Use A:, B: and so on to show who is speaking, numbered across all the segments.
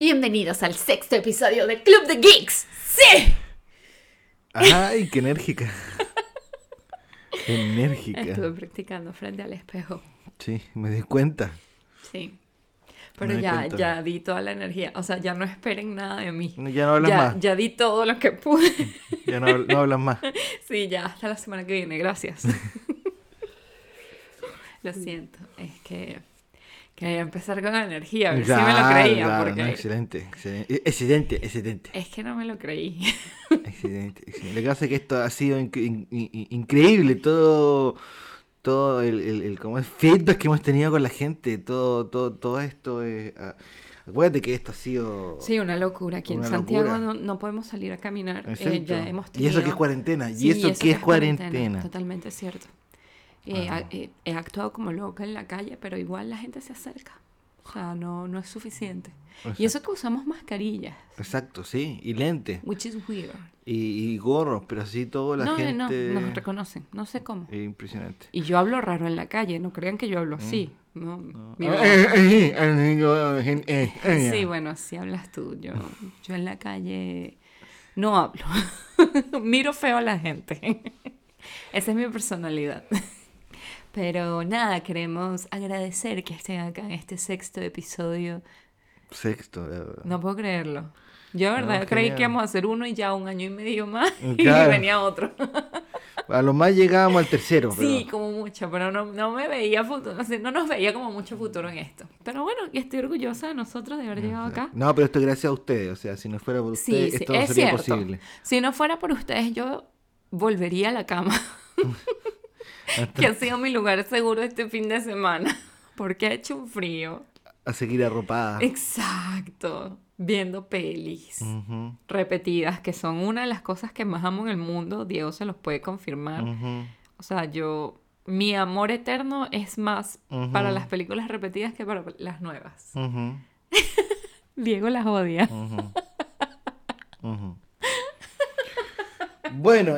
A: Bienvenidos al sexto episodio del Club de Geeks. ¡Sí!
B: ¡Ay, qué enérgica!
A: Estuve
B: enérgica.
A: practicando frente al espejo.
B: Sí, me di cuenta.
A: Sí. Pero
B: Me di
A: ya,
B: cuenta.
A: ya di toda la energía. O sea, ya no esperen nada de mí.
B: No, Ya no hablas
A: ya,
B: más.
A: ya di todo lo que pude.
B: Ya no, habl- no hablas más.
A: Sí, ya, hasta la semana que viene. Gracias. lo siento. Es que quería empezar con la energía. A ver si me lo
B: Ya,
A: creía.
B: claro,
A: porque Eh.
B: no, excelente, excelente. Eh, Excelente, excelente.
A: es que no me lo creí.
B: Excelente, excelente. Lo que pasa es que esto ha sido incre- in- in- in- increíble, todo, todo el, el, el- como el feedback que hemos tenido con la gente, todo, todo, todo esto. eh, ah, acuérdate que esto ha sido...
A: Sí, una locura. Aquí en
B: Una
A: Santiago
B: locura.
A: no, no podemos salir a caminar. eh,
B: Exacto.
A: ya hemos
B: Y eso que es
A: tenido-
B: cuarentena, y
A: Sí,
B: eso, que es cuarentena. Ah.
A: Totalmente cierto. Eh,
B: Ajá.
A: a- eh, he actuado como loca en la calle, pero igual la gente se acerca. O sea, no, no es suficiente. Y eso que usamos mascarillas,
B: Exacto, sí, y lentes,
A: which is weird.
B: y, y gorros, pero así todo la
A: no, eh,
B: gente... Eh.
A: no, nos reconocen, no sé cómo.
B: es impresionante.
A: Y yo hablo raro en la calle, no crean que yo
B: Mm.
A: hablo así. No,
B: Ah,
A: mi voz-
B: eh,
A: Sí, bueno, así hablas tú. Yo, yo en la calle no hablo. Miro feo a la gente. Esa es mi personalidad. Pero nada, queremos agradecer que estén acá en este sexto episodio.
B: Sexto, la verdad.
A: No puedo creerlo. Yo de
B: No,
A: verdad creí
B: genial.
A: que íbamos a hacer uno y ya un año y medio más y
B: Claro.
A: venía otro.
B: A lo más llegábamos al tercero,
A: Sí,
B: pero...
A: como mucho, pero no, no me veía futuro, no, sé, no nos veía como mucho futuro en esto. Pero bueno, y estoy orgullosa de nosotros de haber llegado acá.
B: No, pero esto es gracias a ustedes, o sea, si no fuera por ustedes, esto no sería posible.
A: Si no fuera por ustedes, yo volvería a la cama, que ha sido mi lugar seguro este fin de semana, porque ha hecho un frío.
B: A seguir arropada.
A: Exacto, viendo pelis
B: Ujú,
A: repetidas, que son una de las cosas que más amo en el mundo, Diego se los puede confirmar.
B: ujú.
A: O sea, yo, mi amor eterno es más para
B: Ujú.
A: las películas repetidas que para las nuevas.
B: Ujú,
A: Diego las odia.
B: ujú. Ujú. Bueno,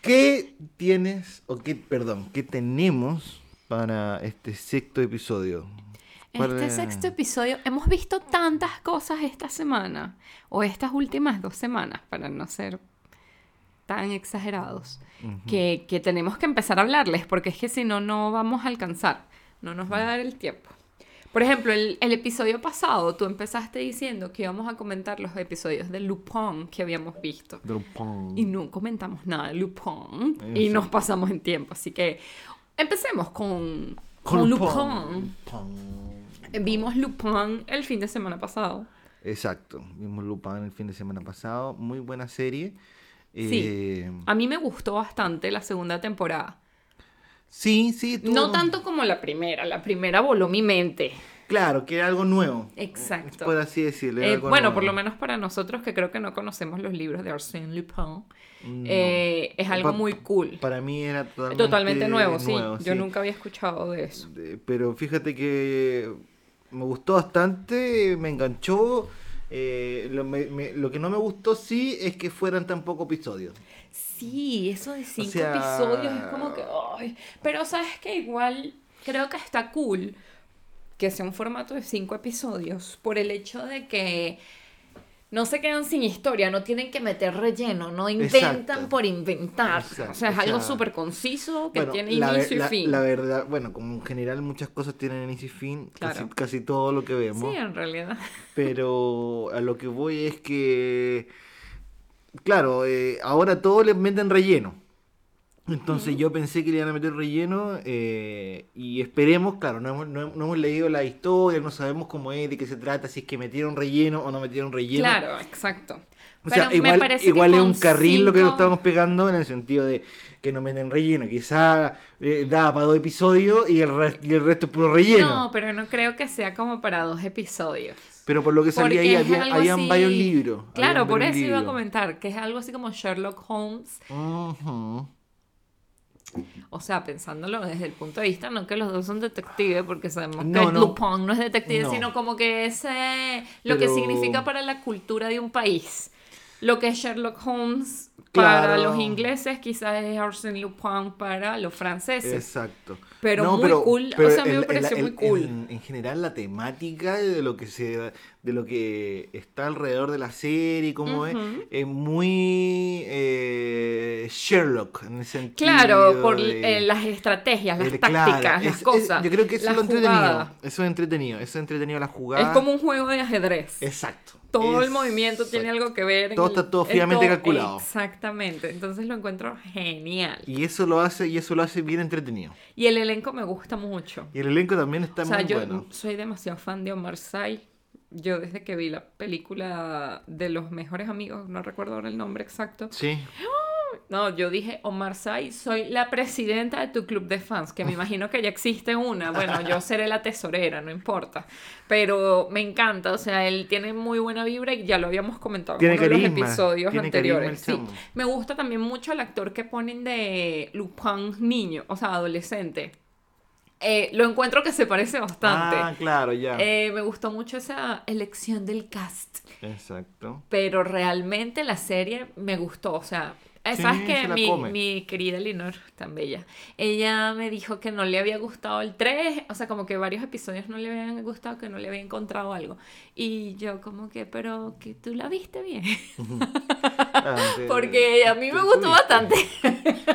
B: ¿qué tienes, o qué, perdón, qué tenemos para este sexto episodio?
A: En este
B: Para-
A: sexto episodio hemos visto tantas cosas esta semana, o estas últimas dos semanas, para no ser tan exagerados, que, que tenemos que empezar a hablarles, porque es que si no, no vamos a alcanzar, no nos va a dar el tiempo. Por ejemplo, el, el episodio pasado tú empezaste diciendo que íbamos a comentar los episodios de Lupin que habíamos visto.
B: Del pong.
A: Y no comentamos nada de Lupin. Y
B: Exacto.
A: nos pasamos en tiempo. Así que empecemos con,
B: Con
A: con
B: Lupin.
A: Lupin.
B: Pong.
A: Vimos Lupin el fin de semana pasado.
B: Exacto, vimos Lupin el fin de semana pasado, muy buena serie.
A: Sí.
B: Eh,
A: A mí me gustó bastante la segunda temporada.
B: sí, sí, estuvo-
A: No tanto como la primera. La primera voló mi mente.
B: Claro, que era algo nuevo.
A: Exacto.
B: Por así decirlo. era
A: Eh,
B: algo
A: bueno,
B: nuevo.
A: por lo menos para nosotros que creo que no conocemos los libros de Arsène Lupin,
B: No.
A: eh, es algo
B: Pa-
A: muy cool.
B: Para mí era totalmente,
A: Totalmente nuevo, sí. Yo
B: sí.
A: nunca había escuchado de eso.
B: Eh, Pero fíjate que me gustó bastante, me enganchó. eh, lo, me- me- lo que no me gustó sí es que fueran tan pocos episodios.
A: Sí, eso de cinco
B: sea-
A: episodios es como que. ay, Pero sabes que igual creo que está cool que sea un formato de cinco episodios por el hecho de que no se quedan sin historia, no tienen que meter relleno, no intentan
B: Exacto.
A: por inventar. o
B: Exacto,
A: sea, es
B: o
A: algo
B: sea,
A: súper conciso que
B: Bueno,
A: tiene
B: la, ver-
A: inicio y
B: la-
A: fin.
B: la verdad, bueno, como en general muchas cosas tienen inicio y fin,
A: Claro.
B: casi, casi todo lo que vemos.
A: sí, en realidad.
B: Pero a lo que voy es que, claro, eh, ahora todo le meten relleno. Entonces yo pensé que le iban a meter relleno eh, y esperemos, claro, no hemos, no, hemos- no hemos leído la historia, no sabemos cómo es, de qué se trata, si es que metieron relleno o no metieron relleno.
A: Claro, exacto.
B: O
A: Pero
B: sea,
A: me
B: igual,
A: parece que
B: igual es
A: con
B: un carril lo que nos
A: cinco-
B: estamos pegando en el sentido de que no meten relleno. Quizá eh, da para dos episodios y el, re- y el resto es puro relleno.
A: No, pero no creo que sea como para dos episodios.
B: Pero por lo que
A: Porque
B: salía ahí,
A: es
B: había,
A: algo
B: habían
A: así-
B: varios libros.
A: Claro,
B: habían
A: por
B: varios
A: eso iba a
B: libros.
A: comentar, que es algo así como Sherlock Holmes.
B: Ujú.
A: O sea, pensándolo desde el punto de vista, no que los dos son detectives, porque sabemos
B: No,
A: que
B: no.
A: Lupin no es detective,
B: No.
A: sino como que es eh, lo que
B: Pero-
A: significa para la cultura de un país. Lo que es Sherlock Holmes Para
B: Claro.
A: los ingleses quizás es Arsène Lupin para los franceses.
B: Exacto.
A: Pero muy cool, o sea, a mí me pareció muy cool.
B: En, en general, la temática de lo que se de lo que está alrededor de la serie, como
A: Ujú.
B: es, es muy eh, Sherlock en el sentido.
A: Claro, por
B: de-
A: eh, las estrategias, las
B: de- claro,
A: tácticas,
B: es-
A: las
B: es-
A: cosas.
B: yo creo que eso
A: las
B: es lo entretenido. Ah.
A: jugadas.
B: Eso es entretenido. Eso es entretenido la jugada.
A: Es como un juego de ajedrez.
B: Exacto.
A: todo el
B: Exacto.
A: movimiento tiene algo que ver. en
B: Todo
A: el-
B: está todo
A: en
B: fríamente calculado.
A: Exactamente. Entonces lo encuentro genial.
B: Y eso lo hace, y eso lo hace bien entretenido.
A: Y el elenco me gusta mucho.
B: Y el elenco también está
A: o sea,
B: muy
A: yo
B: bueno.
A: soy demasiado fan de Omar Sy. Yo desde que vi la película de los mejores amigos, no recuerdo ahora el nombre exacto.
B: Sí.
A: No, yo dije Omar Sy, soy la presidenta de tu club de fans, que me imagino que ya existe una. Bueno, yo seré la tesorera, no importa. Pero me encanta, o sea, él tiene muy buena vibra y ya lo habíamos comentado
B: Tiene
A: en uno de los
B: carisma,
A: episodios
B: tiene
A: anteriores.
B: carisma el
A: Sí.
B: chamo.
A: Me gusta también mucho el actor que ponen de Lupin niño, o sea, adolescente. Eh, lo encuentro que se parece bastante.
B: Ah, claro, ya.
A: Eh, me gustó mucho esa elección del cast
B: Exacto.
A: pero realmente la serie me gustó, o sea, eh,
B: Sí,
A: sabes que
B: se la
A: mi,
B: come.
A: mi querida Linor, tan bella, ella me dijo que no le había gustado el 3, o sea, como que varios episodios no le habían gustado, que no le había encontrado algo. Y yo como que, pero que tú la viste bien,
B: Ah, te-
A: porque a mí
B: te-
A: me
B: te
A: gustó
B: Eh, viste.
A: bastante.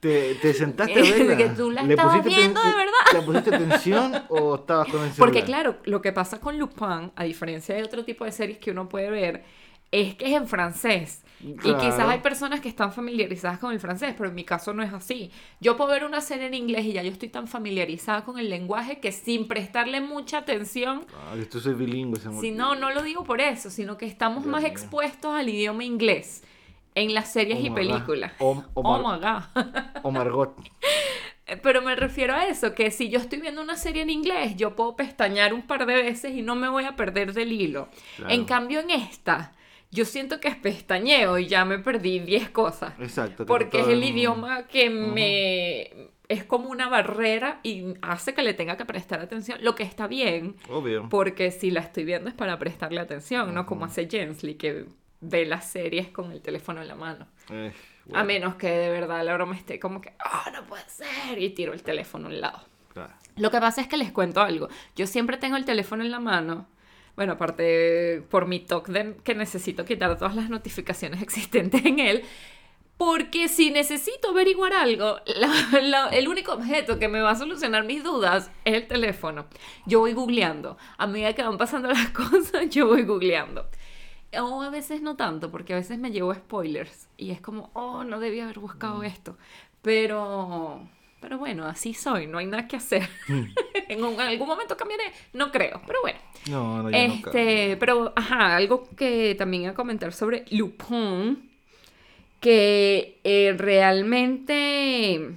B: Te, te sentaste a
A: Es
B: verla.
A: que tú la estabas viendo de
B: ten- ¿Le pusiste atención o estabas con el celular?
A: Porque claro, lo que pasa con Lupin, a diferencia de otro tipo de series que uno puede ver, es que es en francés. Y
B: Claro.
A: quizás hay personas que están familiarizadas con el francés, pero en mi caso no es así. Yo puedo ver una serie en inglés y ya yo estoy tan familiarizada con el lenguaje que sin prestarle mucha atención,
B: Ah, tú soy bilingüe, se me
A: si no, no lo digo por eso, sino que estamos
B: Dios
A: más
B: mío.
A: expuestos al idioma inglés en las series
B: Oh
A: y
B: my God.
A: películas.
B: Oh- oh
A: oh
B: my-
A: my God.
B: O Margot.
A: Eh, Pero me refiero a eso, que si yo estoy viendo una serie en inglés, yo puedo pestañear un par de veces y no me voy a perder del hilo.
B: Claro.
A: En cambio, en esta, yo siento que es pestañeo y ya me perdí 10 cosas.
B: Exacto. te
A: Porque es
B: faltaba
A: el
B: un-
A: idioma que me... Es como una barrera y hace que le tenga que prestar atención, lo que está bien,
B: Obvio.
A: porque si la estoy viendo es para prestarle atención, ¿no? Como hace Jensley, que ve las series con el teléfono en la mano.
B: Eh,
A: A
B: bueno,
A: menos que de verdad la broma esté como que, ah, no puede ser, y tiro el teléfono a un lado.
B: claro.
A: Lo que pasa es que les cuento algo. Yo siempre tengo el teléfono en la mano. Bueno, aparte por mi toque de que necesito quitar todas las notificaciones existentes en él. Porque si necesito averiguar algo, la- la- el único objeto que me va a solucionar mis dudas es el teléfono. Yo voy googleando. A medida que van pasando las cosas, yo voy googleando. O a veces no tanto, porque a veces me llevo spoilers. Y es como, oh, no debía haber buscado esto. Pero, pero bueno, así soy, no hay nada que hacer. en un- algún momento cambiaré, no creo, pero bueno.
B: No, no, yo nunca.
A: Este, pero, ajá, algo que también iba a comentar sobre Lupin, que eh, realmente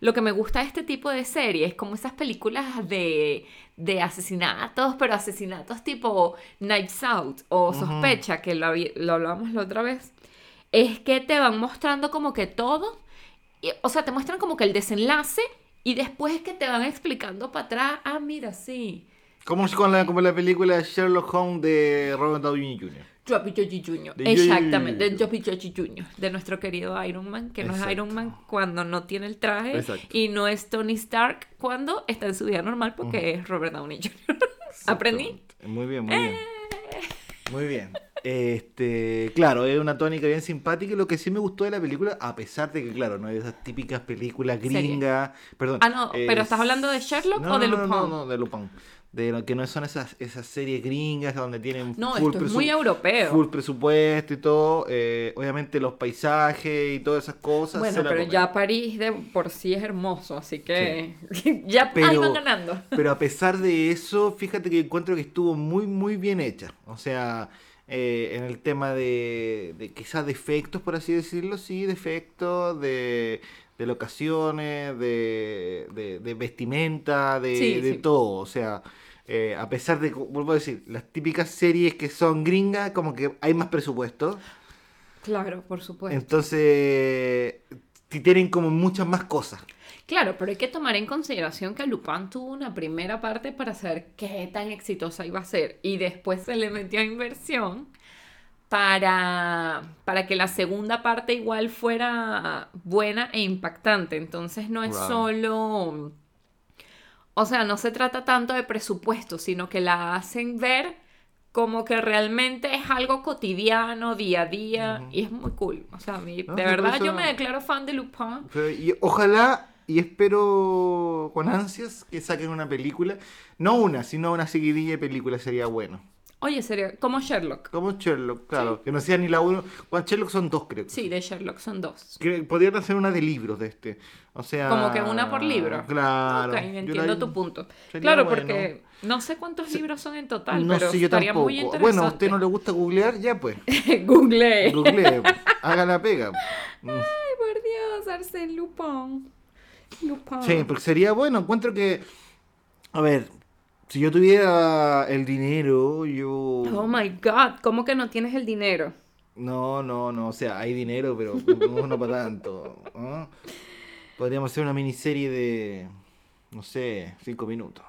A: lo que me gusta de este tipo de series, como esas películas de, de asesinatos, pero asesinatos tipo Knives Out o
B: Ujú.
A: Sospecha, que lo, habi- lo hablábamos la otra vez, es que te van mostrando como que todo, y- o sea, te muestran como que el desenlace y después es que te van explicando para atrás, ah, mira, sí.
B: Como, si con la, como la película Sherlock Holmes de Robert Downey Jr.
A: Joppy Joji Jr.
B: De
A: Exactamente, de
B: Yoji.
A: Joppy Joji Jr. De nuestro querido Iron Man, que no es
B: Exacto.
A: Iron Man cuando no tiene el traje
B: Exacto.
A: y no es Tony Stark cuando está en su vida normal porque es Robert Downey Jr. ¿Aprendí? Eh.
B: Exactamente. Muy bien, muy bien. Muy bien. Este, claro, es una tónica bien simpática y lo que sí me gustó de la película, a pesar de que, claro, no es de esas típicas películas
A: Serie.
B: gringas, perdón.
A: Ah, no, pero ¿estás hablando de Sherlock o de
B: no, No,
A: Lupin?
B: no, de Lupin. De lo que no son esas, esas series gringas donde tienen
A: No, esto es
B: presu-
A: muy europeo.
B: full presupuesto y todo, eh, obviamente los paisajes y todas esas cosas.
A: Bueno,
B: se la
A: pero
B: comen.
A: ya París de por sí es hermoso, así que ya ahí
B: Pero-
A: van ganando.
B: Pero a pesar de eso, fíjate que encuentro que estuvo muy, muy bien hecha. O sea, eh, en el tema de, de quizás defectos, por así decirlo, sí, defectos de, de locaciones, de, de, de vestimenta, de,
A: Sí,
B: de
A: sí.
B: todo. O sea, eh, a pesar de, vuelvo a decir, las típicas series que son gringas, como que hay más presupuesto.
A: Claro, por supuesto.
B: Entonces, t- tienen como muchas más cosas.
A: Claro, pero hay que tomar en consideración que Lupin tuvo una primera parte para saber qué tan exitosa iba a ser y después se le metió a inversión para, para que la segunda parte igual fuera buena e impactante. Entonces no es
B: Wow.
A: solo... O sea, no se trata tanto de presupuesto, sino que la hacen ver como que realmente es algo cotidiano, día a día, y es muy cool. O sea, a mí,
B: No,
A: de
B: me
A: verdad
B: parece-
A: yo me declaro fan de Lupin.
B: Pero, y ojalá y espero con ansias que saquen una película. No una, sino una seguidilla de películas sería bueno.
A: Oye, sería como Sherlock.
B: Como Sherlock, claro. Que no sea ni la uno. Bueno, Sherlock son dos, creo.
A: Sí, de Sherlock son dos.
B: Que podrían hacer una de libros de este. O sea.
A: Como que una por libro.
B: Claro.
A: Ok,
B: Yo la-
A: entiendo tu punto.
B: sería
A: Claro,
B: bueno.
A: porque no sé cuántos libros son en total,
B: no
A: pero
B: sé, yo
A: estaría
B: tampoco.
A: muy interesante.
B: Bueno, a usted no le gusta googlear, ya pues.
A: Google.
B: Googlee. haga la pega. Mm.
A: Ay, por Dios, Arsène Lupin. Lupin.
B: Sí, porque sería bueno. Encuentro que. A ver, si yo tuviera el dinero, yo.
A: Oh my God, ¿cómo que no tienes el dinero?
B: No, no, no, o sea, hay dinero, pero no, no para tanto. ¿ah? Podríamos hacer una miniserie de, no sé, cinco minutos.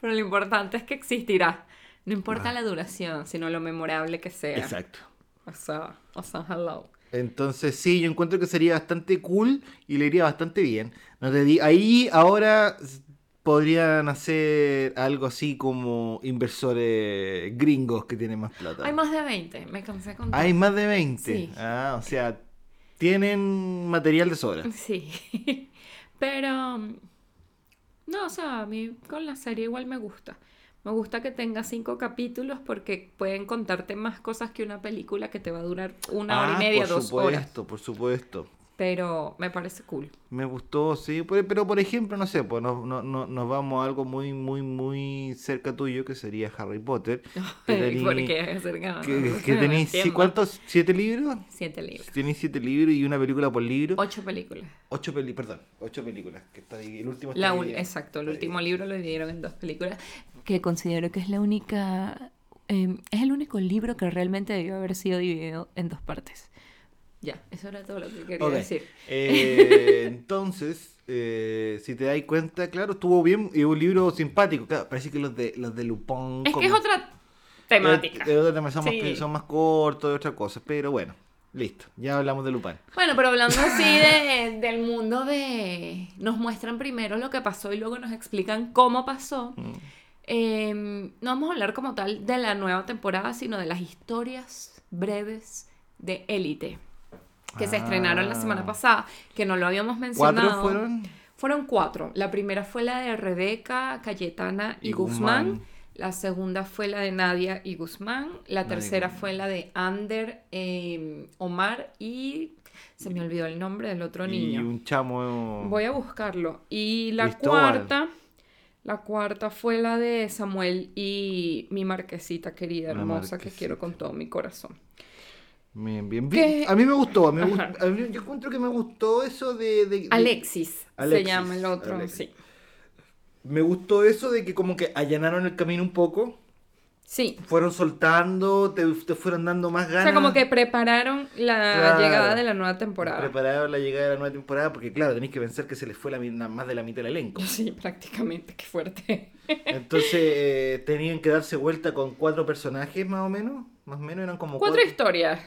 A: Pero lo importante es que existirá. No importa la duración, sino lo memorable que sea.
B: Ah. Exacto.
A: O sea, o sea, hello.
B: Entonces sí, yo encuentro que sería bastante cool y le iría bastante bien. No te di- Ahí ahora s- podrían hacer algo así como inversores gringos que tienen más plata.
A: Hay más de 20, me cansé con
B: Ah. Hay más de 20.
A: Sí.
B: Ah, o sea, tienen material de sobra.
A: Sí. Pero. No, o sea, a mí con la serie igual me gusta. Me gusta que tenga cinco capítulos porque pueden contarte más cosas que una película que te va a durar una hora
B: Ah,
A: y media,
B: por
A: dos horas.
B: supuesto, por supuesto.
A: Pero me parece cool.
B: Me gustó, sí, por- pero por ejemplo, no sé, pues no, no, no- nos vamos a algo muy, muy, muy cerca tuyo, que sería Harry Potter. que tení-
A: porque acercaba,
B: que,
A: ¿no?
B: que tenéis,
A: Entiendo.
B: sí, ¿cuántos? ¿Siete libros?
A: Siete libros.
B: Tenéis siete libros y una película por libro.
A: Ocho películas.
B: Ocho películas, perdón, ocho películas, que está ahí, el último está
A: La
B: ahí,
A: ul-
B: eh,
A: exacto, el
B: está ahí.
A: último libro lo dividieron en dos películas, que considero que es la única, eh, es el único libro que realmente debió haber sido dividido en dos partes. Ya, eso era todo lo que quería
B: Ok,
A: decir.
B: eh, entonces, eh, si te dais cuenta, claro, estuvo bien, y un libro simpático, claro, parece que los de, los de Lupón...
A: Es
B: como-
A: que es otra temática.
B: Eh, eh, otros temas son, más,
A: Sí.
B: son más cortos, de otras cosas, pero bueno, listo. Ya hablamos de Lupin.
A: Bueno, pero hablando así de, eh, del mundo de... Nos muestran primero lo que pasó y luego nos explican cómo pasó.
B: Mm.
A: Eh, no vamos a hablar como tal de la nueva temporada, sino de las historias breves de Élite, que se
B: Ah.
A: estrenaron la semana pasada, que no lo habíamos mencionado.
B: ¿Cuatro fueron?
A: Fueron cuatro. La primera fue la de Rebeca, Cayetana y,
B: Y
A: Guzmán.
B: Guzmán.
A: La segunda fue la de Nadia y Guzmán. La
B: Nadia y
A: tercera
B: Guzmán.
A: fue la de Ander, eh, Omar y... Se me olvidó el nombre del otro
B: Y
A: niño.
B: un chamo.
A: Voy a buscarlo. Y la
B: Cristóbal.
A: cuarta, la cuarta fue la de Samuel y mi marquesita querida,
B: La
A: hermosa, que
B: marquesita.
A: quiero con todo mi corazón.
B: Bien, bien,
A: ¿Qué?
B: bien. A mí me gustó, a mí me
A: Ajá.
B: gustó- a mí- yo encuentro que me gustó eso de. de- de-
A: Alexis, se
B: Alexis,
A: llama el otro,
B: Alexis.
A: sí.
B: Me gustó eso de que como que allanaron el camino un poco,
A: Sí.
B: fueron soltando, te, te fueron dando más ganas.
A: O sea, como que prepararon la
B: Claro.
A: llegada de la nueva temporada.
B: Prepararon la llegada de la nueva temporada, porque claro, tenéis que pensar que se les fue la, mi- la- más de la mitad del elenco.
A: Sí, prácticamente, qué fuerte.
B: Entonces eh, tenían que darse vuelta con cuatro personajes más o menos. Más o menos eran como
A: Cuatro historias.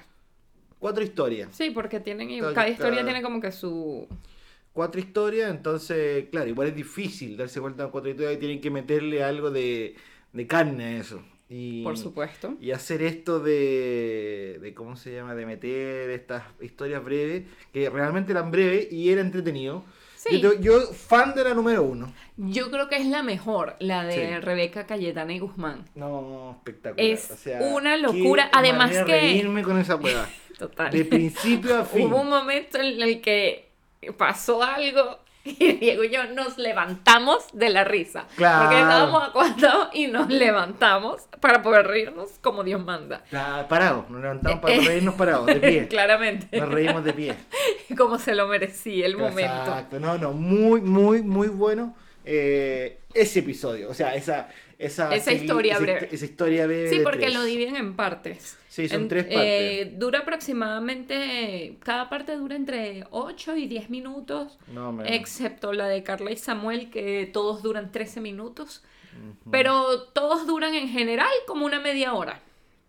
B: cuatro historias.
A: Sí, porque tienen
B: Cada-
A: cada historia
B: cada-
A: tiene como que su
B: Cuatro historias, entonces, claro, igual es difícil darse vuelta con cuatro historias y tienen que meterle algo de, de carne a eso. Y,
A: por supuesto.
B: Y hacer esto de, de, ¿cómo se llama? De meter estas historias breves, que realmente eran breves y era entretenido.
A: Sí.
B: Yo, te- yo, fan de la número uno.
A: Yo creo que es la mejor, la de
B: Sí.
A: Rebeca Cayetana y Guzmán.
B: No, espectacular.
A: Es
B: o sea,
A: una
B: qué
A: locura, además
B: manera de
A: que-
B: reírme con esa hueá.
A: Total.
B: De principio a fin.
A: Hubo un momento en el que pasó algo y Diego y yo nos levantamos de la risa.
B: Claro.
A: Porque estábamos acostados y nos levantamos para poder reírnos como Dios manda.
B: Ah, Parados, nos levantamos para
A: Eh,
B: reírnos parados, de pie.
A: Claramente,
B: Nos reímos de pie.
A: como se lo merecía el momento.
B: Exacto, no, no, muy, muy, muy bueno eh, ese episodio. O sea, esa, esa,
A: Esa historia
B: esa-
A: breve.
B: Esa historia breve.
A: Sí,
B: de
A: porque
B: tres.
A: lo dividen en partes.
B: Sí, son
A: En-
B: tres partes.
A: eh, dura aproximadamente, cada parte dura entre 8 y 10 minutos,
B: No, me-
A: excepto la de Carla y Samuel, que todos duran 13 minutos.
B: Mm.
A: Pero todos duran en general como una media hora.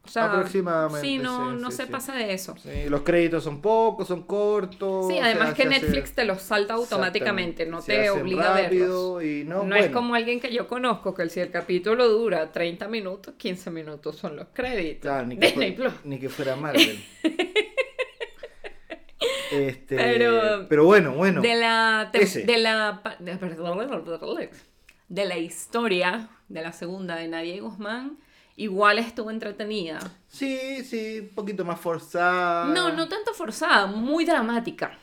A: O sea,
B: Aproximadamente,
A: Sí, no,
B: sí,
A: no
B: sí,
A: se
B: sí.
A: pasa de eso.
B: Sí, los créditos son pocos, son cortos.
A: Sí,
B: se
A: además
B: hace
A: que
B: hacer-
A: Netflix te los salta automáticamente, no
B: se
A: te
B: hacen
A: obliga a verlos.
B: rápido y no,
A: No, es
B: bueno,
A: como alguien que yo conozco, que si el capítulo dura 30 minutos, 15 minutos son los créditos.
B: claro, ni, que
A: Disney
B: fuera,
A: Plus.
B: ni que fuera Marvel. Este,
A: Pero-
B: pero, bueno, bueno.
A: de la tem-
B: ese.
A: de la pa- de- perdón, de la historia de la segunda de Nadie Guzmán igual estuvo entretenida.
B: Sí, sí, un poquito más forzada.
A: No, no tanto forzada, muy dramática.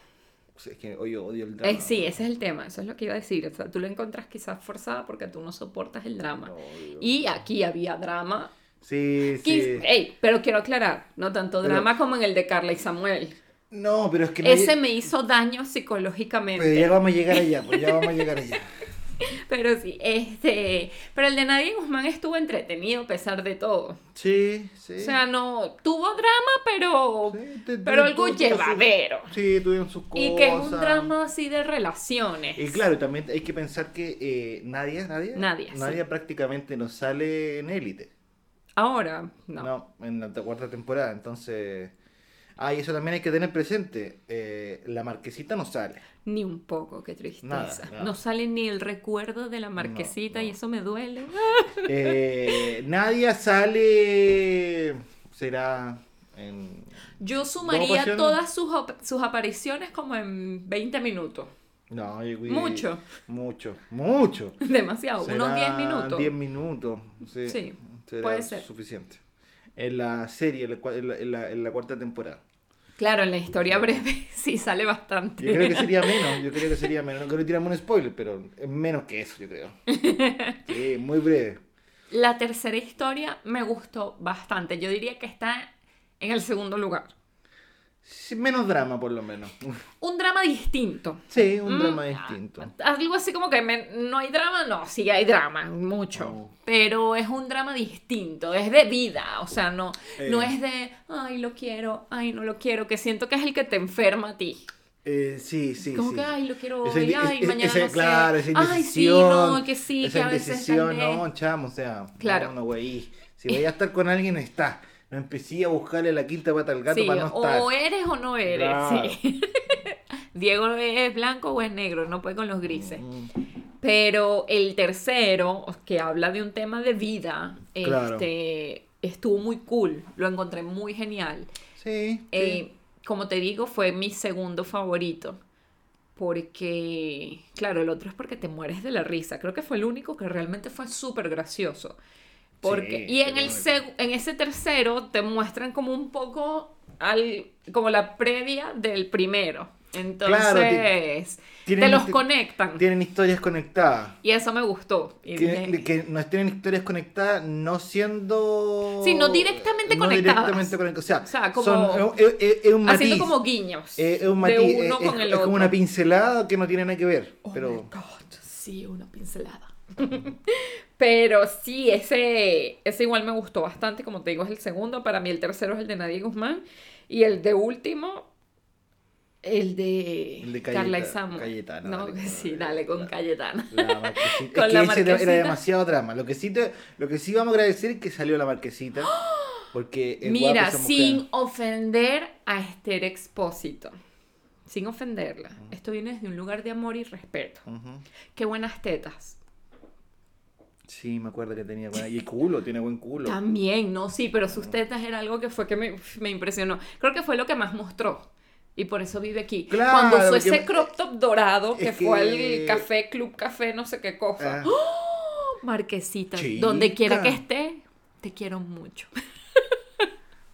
B: O sea, Es que hoy odio el drama.
A: Eh, sí, ese es el tema, eso es lo que iba a decir. O sea, tú lo encontras quizás forzada porque tú no soportas el drama.
B: No, Dios.
A: Y eh, aquí había drama.
B: Sí, sí.
A: Quis- Ey, pero quiero aclarar, no tanto
B: Pero-
A: drama como en el de Carla y Samuel.
B: No, pero es que no
A: Ese
B: lle-
A: me hizo daño psicológicamente.
B: Pero ya vamos a llegar allá, pues ya vamos a llegar allá.
A: Pero sí, este. Pero el de Nadie Guzmán estuvo entretenido a pesar de todo.
B: Sí, sí.
A: O sea, no. Tuvo drama, pero.
B: Sí, te-
A: pero
B: tu-
A: algo
B: tu- tu-
A: llevadero.
B: Sí, tuvieron sus cosas.
A: Y que es un drama así de relaciones.
B: Y claro, también hay que pensar que eh, Nadia, Nadia,
A: Nadia, sí. prácticamente
B: prácticamente no sale en élite.
A: Ahora, no.
B: No. en la cuarta temporada. Entonces. Ah, y eso también hay que tener presente. eh, la marquesita no sale.
A: Ni un poco, qué tristeza.
B: Nada, nada.
A: No sale ni el recuerdo de la marquesita
B: no.
A: y eso me duele.
B: Eh, Nadia sale. Será. En...
A: Yo sumaría
B: pasión?
A: todas sus, op- sus apariciones como en 20 minutos.
B: No, yo-
A: Mucho.
B: Mucho, mucho.
A: Demasiado, unos 10
B: Será
A: minutos.
B: 10 minutos. Sí,
A: Sí,
B: será
A: puede ser.
B: suficiente. En la serie, en la cua- en la- en la- en la cuarta temporada.
A: Claro, en la historia breve sí sale bastante.
B: Yo creo que sería menos, yo creo que sería menos. No quiero tirarme un spoiler, pero es menos que eso, yo creo. Sí, muy breve.
A: La tercera historia me gustó bastante. Yo diría que está en el segundo lugar.
B: Sí, menos drama, por lo menos.
A: Un drama distinto.
B: Sí, un
A: Mm,
B: drama distinto.
A: Algo así como que me- no hay drama, no, sí hay drama, mucho.
B: Oh.
A: Pero es un drama distinto, es de vida, o sea, no, no
B: Eh.
A: es de, ay, lo quiero, ay, no lo quiero, que siento que es el que te enferma a ti.
B: Eh, sí, sí.
A: como
B: sí.
A: que, ay, lo quiero
B: Ese-
A: hoy,
B: es-
A: ay,
B: es-
A: mañana
B: ese-
A: no sé.
B: Claro, esa
A: ay, sí,
B: indecisión,
A: no, que sí,
B: esa
A: que a veces tal
B: indecisión,
A: vez.
B: no, chamo, o sea,
A: Claro. Eh.
B: no, no, güey. Si voy a estar con alguien, está. No empecé a buscarle la quinta pata al gato
A: Sí,
B: para no estar.
A: o eres o no eres,
B: Claro.
A: sí. Diego es blanco o es negro, no puede con los grises.
B: Mm,
A: Pero el tercero, que habla de un tema de vida,
B: Claro.
A: este, estuvo muy cool, lo encontré muy genial.
B: Sí.
A: Eh, como te digo, fue mi segundo favorito. Porque, claro, el otro es porque te mueres de la risa. Creo que fue el único que realmente fue súper gracioso. Porque,
B: Sí,
A: y en,
B: qué
A: el
B: bueno.
A: seg- en ese tercero te muestran como un poco al, como la previa del primero. Entonces, te
B: tienen
A: los
B: este-
A: conectan.
B: sí. Tienen historias conectadas.
A: Y eso me gustó. Y dije,
B: Que, que nos tienen historias conectadas no siendo.
A: Sí, no directamente
B: no
A: conectadas.
B: directamente conectadas. O sea,
A: O sea, como-
B: son- es, es- es un matiz. Eh,
A: haciendo como guiños.
B: es, es un matiz.
A: De
B: es,
A: uno
B: es-
A: con el
B: es
A: otro.
B: como una pincelada que no tiene nada que ver.
A: Oh
B: pero...
A: my God, sí, una pincelada. pero sí, ese, ese igual me gustó bastante, como te digo, es el segundo. Para mí el tercero es el de Nadie Guzmán. Y el de último, el de,
B: El de
A: Carla y
B: Cayeta-
A: Samuel.
B: Cayetana,
A: no,
B: dale con-
A: sí, dale con
B: la-
A: Cayetana.
B: La marquesita.
A: Con
B: es que
A: la
B: ese era-
A: marquesita.
B: era demasiado drama. Lo que sí te- lo que sí vamos a agradecer es que salió la marquesita. Porque es guapa
A: Mira,
B: esa mujer.
A: sin ofender a Esther Expósito. Sin ofenderla. Esto viene desde un lugar de amor y respeto.
B: Ujú.
A: Qué buenas tetas.
B: Sí, me acuerdo que tenía buena. Y el culo, tiene buen culo.
A: También, no, sí, pero sus tetas era algo que fue que me, me impresionó. Creo que fue lo que más mostró. Y por eso vive aquí.
B: Claro,
A: Cuando usó
B: porque-
A: ese crop top dorado, que,
B: es
A: fue
B: que-
A: al café, club café, no sé qué cosa.
B: Ah,
A: Marquesita,
B: Chica.
A: donde quiera que esté, te quiero mucho.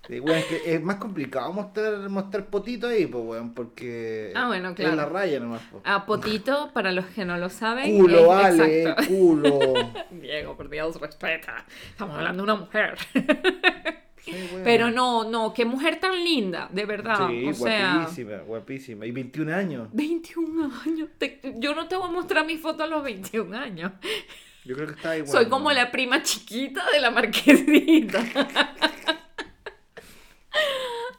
B: sí, bueno, es que es más complicado mostrar, mostrar potito ahí, pues, weón, porque
A: Ah, bueno,
B: es
A: claro.
B: la raya nomás. po.
A: A Potito, para los que no lo saben.
B: culo,
A: es-
B: vale,
A: eh, exacto.
B: culo.
A: Diego, por Dios, respeta. Estamos hablando de una mujer.
B: Sí, weón.
A: Pero no, no, qué mujer tan linda, de verdad.
B: Ah. Sí,
A: o sea.
B: guapísima, guapísima. Y 21 años.
A: 21 años. te- yo no te voy a mostrar mi foto a los 21 años.
B: Yo creo que está igual.
A: Soy como la prima chiquita de la marquesita.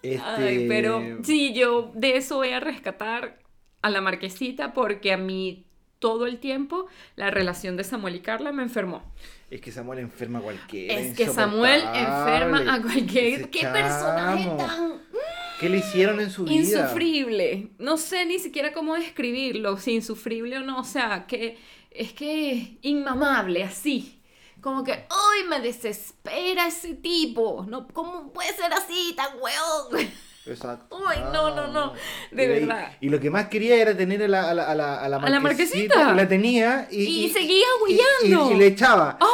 B: Este...
A: Ay, pero sí, yo de eso voy a rescatar a la marquesita porque a mí todo el tiempo, la relación de Samuel y Carla me enfermó.
B: Es que Samuel enferma a cualquiera.
A: Es que Samuel
B: insoportable.
A: enferma a cualquier...
B: Ese
A: ¡Qué personaje
B: chamo.
A: tan
B: ¿Qué le hicieron en su vida?
A: Insufrible. No sé ni siquiera cómo describirlo, si insufrible o no. O sea, que es que es inmamable, así. Como que, ¡ay, me desespera ese tipo! No, ¿Cómo puede ser así, tan hueón?
B: Exacto.
A: Ay, no, no, no. De
B: Y-
A: verdad.
B: Y, lo que más quería era tener a la, a la, a la, a la
A: A la marquesita.
B: La tenía y.
A: Y seguía
B: y-
A: huellando.
B: Y, y le echaba.
A: ¡Ay,